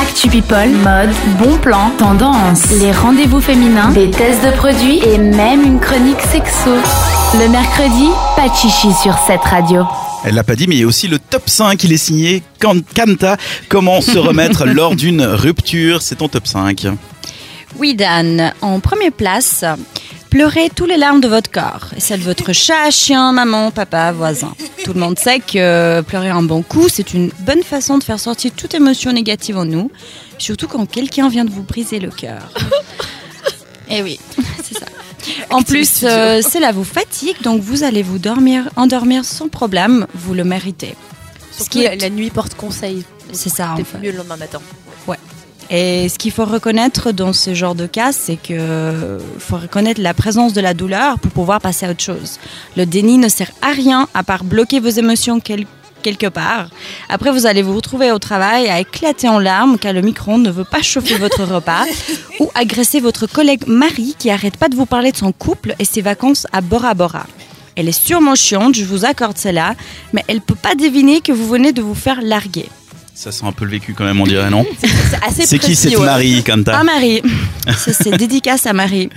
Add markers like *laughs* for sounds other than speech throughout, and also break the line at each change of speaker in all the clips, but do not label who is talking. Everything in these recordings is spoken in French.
Actu People, mode, bon plan, tendance, les rendez-vous féminins, des tests de produits et même une chronique sexo. Le mercredi, pas de chichi sur cette radio.
Elle l'a pas dit, mais il y a aussi le top 5. Il est signé Kan- Kanta. Comment se remettre lors d'une rupture C'est ton top 5.
Oui, Dan, en première place, pleurez toutes les larmes de votre corps, et celles de votre chat, chien, maman, papa, voisin. Tout le monde sait que pleurer un bon coup, c'est une bonne façon de faire sortir toute émotion négative en nous, surtout quand quelqu'un vient de vous briser le cœur. Eh oui, *laughs* c'est ça. En plus, euh, cela vous fatigue, donc vous allez vous dormir, endormir sans problème, vous le méritez. Ce
Surtout,
qui
la,
est-
la nuit porte conseil.
C'est ça, en
T'es
fait.
mieux le lendemain matin.
Et ce qu'il faut reconnaître dans ce genre de cas, c'est que euh, faut reconnaître la présence de la douleur pour pouvoir passer à autre chose. Le déni ne sert à rien à part bloquer vos émotions quel- quelque part. Après, vous allez vous retrouver au travail à éclater en larmes car le micro-ondes ne veut pas chauffer votre repas ou agresser votre collègue Marie qui arrête pas de vous parler de son couple et ses vacances à Bora Bora. Elle est sûrement chiante, je vous accorde cela, mais elle peut pas deviner que vous venez de vous faire larguer.
Ça sent un peu le vécu quand même, on dirait, non
C'est assez
C'est qui
précis,
cette
ouais.
Marie,
Ah,
Kanta
Marie *laughs* Ça, C'est dédicace à Marie.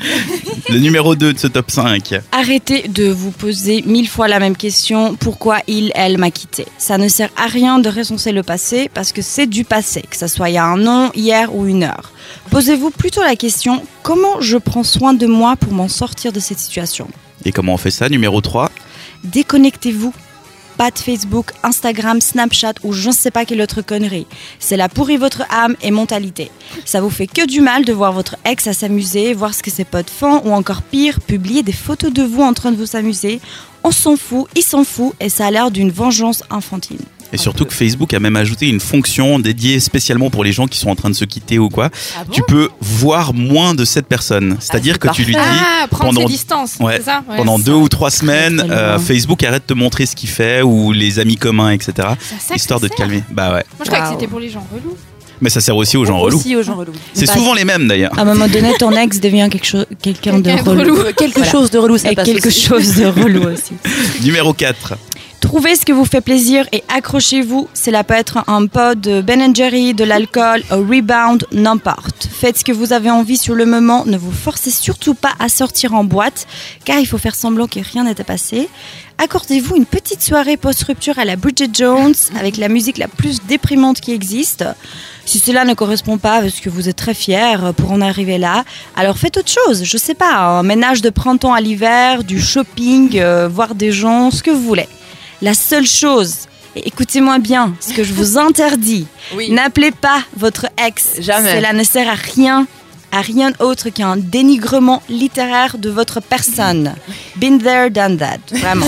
Le numéro 2 de ce top 5.
Arrêtez de vous poser mille fois la même question pourquoi il, elle m'a quitté. Ça ne sert à rien de recenser le passé parce que c'est du passé, que ça soit il y a un an, hier ou une heure. Posez-vous plutôt la question comment je prends soin de moi pour m'en sortir de cette situation
Et comment on fait ça Numéro 3.
Déconnectez-vous. Pas de Facebook, Instagram, Snapchat ou je ne sais pas quelle autre connerie. Cela pourrit votre âme et mentalité. Ça vous fait que du mal de voir votre ex à s'amuser, voir ce que ses potes font ou encore pire, publier des photos de vous en train de vous amuser. On s'en fout, il s'en fout et ça a l'air d'une vengeance infantile.
Et surtout que Facebook a même ajouté une fonction dédiée spécialement pour les gens qui sont en train de se quitter ou quoi.
Ah bon
tu peux voir moins de cette personne. C'est-à-dire
c'est
que tu lui dis.
Ah, prendre
pendant-
ses distances,
Ouais,
c'est ça Ouais.
Pendant deux ou trois semaines,
très
euh,
loin.
Facebook arrête de te montrer ce qu'il fait ou les amis communs, etc.
C'est à ça que
Histoire
ça
de te
sert.
calmer. Bah ouais.
Moi, je croyais que
Waouh.
c'était pour les gens relous.
Mais ça sert aussi aux gens relous.
Oh, Aussi aux gens relous.
C'est
Bah,
souvent les mêmes d'ailleurs. *laughs*
À un moment donné, ton ex devient quelque chose- quelqu'un de
Quelqu'un de
relou.
Euh, Quelque
Voilà.
chose de relou, ça
Et
passe
quelque
aussi.
chose de relou aussi.
Numéro 4.
Trouvez ce que vous fait plaisir et accrochez-vous. Cela peut être un pod de Ben Jerry, de l'alcool, un rebound, n'importe. Faites ce que vous avez envie sur le moment. Ne vous forcez surtout pas à sortir en boîte, car il faut faire semblant que rien n'était passé. Accordez-vous une petite soirée post-rupture à la Bridget Jones avec la musique la plus déprimante qui existe. Si cela ne correspond pas à ce que vous êtes très fier pour en arriver là, alors faites autre chose. Je sais pas, un ménage de printemps à l'hiver, du shopping, euh, voir des gens, ce que vous voulez. La seule chose, et écoutez-moi bien, ce que je
*laughs*
vous interdis,
Oui. *laughs*
n'appelez pas votre ex.
Jamais.
Cela ne sert à rien, à rien autre qu'un dénigrement littéraire de votre
*laughs*
personne. Been there, done that, vraiment.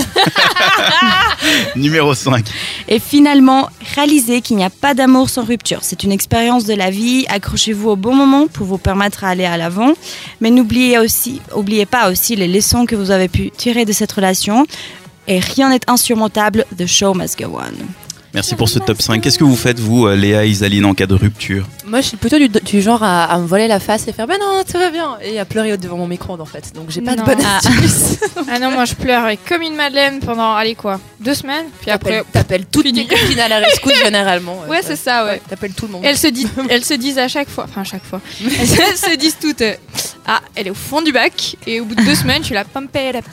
Numéro 5.
Et finalement, réalisez qu'il n'y a pas d'amour sans rupture. C'est une expérience de la vie. Accrochez-vous au bon moment pour vous permettre d'aller à l'avant. Mais n'oubliez aussi, oubliez pas aussi les leçons que vous avez pu tirer de cette relation. Et rien n'est insurmontable. The show must go on.
Merci pour ce top 5. Qu'est-ce que vous faites, vous, euh, Léa, Isaline, en cas de rupture
Moi, je suis plutôt du, du genre à, à me voler la face et faire Bah non, tout va bien Et à pleurer devant mon micro-ondes en fait. Donc j'ai pas de
Non.
bonne
Ah.
astuce.
Ah non, moi, je pleurais comme une madeleine pendant, allez quoi, deux semaines. Puis après,
T'appelles- T'appelles toutes tes
finis.
copines à la rescousse généralement.
ouais, c'est ça, ouais.
T'appelles tout le monde.
Elles se, disent, elles se disent à chaque fois, enfin à chaque *laughs* fois, elles se disent toutes euh, Ah, elle est au fond du bac, et au bout de deux semaines, je suis là, pump it up,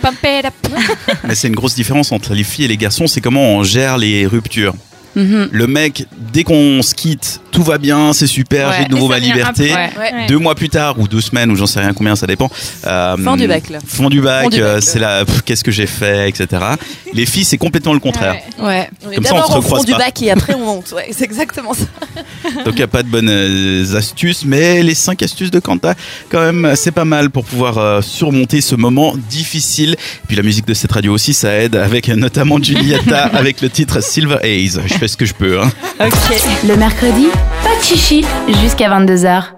pump it up.
Mais c'est une grosse différence entre les filles et les garçons, c'est comment on gère les ruptures.
Mm-hmm.
Le mec, dès qu'on se quitte, tout va bien, c'est super,
Ouais,
j'ai de nouveau
et ça
ma
vient
liberté.
après.
Ouais.
Ouais.
Deux mois plus tard, ou deux semaines, ou j'en sais rien combien, ça dépend. euh,
Fin du bac là.
Fond du bac,
Fond du bac,
euh,
ouais.
c'est la pff, qu'est-ce que j'ai fait, etc. Les filles, c'est complètement le contraire.
Ouais.
Ouais.
On est
Comme ça, on se
d'abord au
recroise
fond du
pas.
bac et après on monte. Ouais, c'est exactement ça.
Donc, il n'y a pas de bonnes euh, astuces, mais les cinq astuces de Kanta, quand même, euh, c'est pas mal pour pouvoir euh, surmonter ce moment difficile. Puis la musique de cette radio aussi, ça aide, avec euh, notamment Julietta, avec le titre Silver Haze. Je fais ce que je peux. Hein.
Le mercredi, pas de chichi jusqu'à 22h.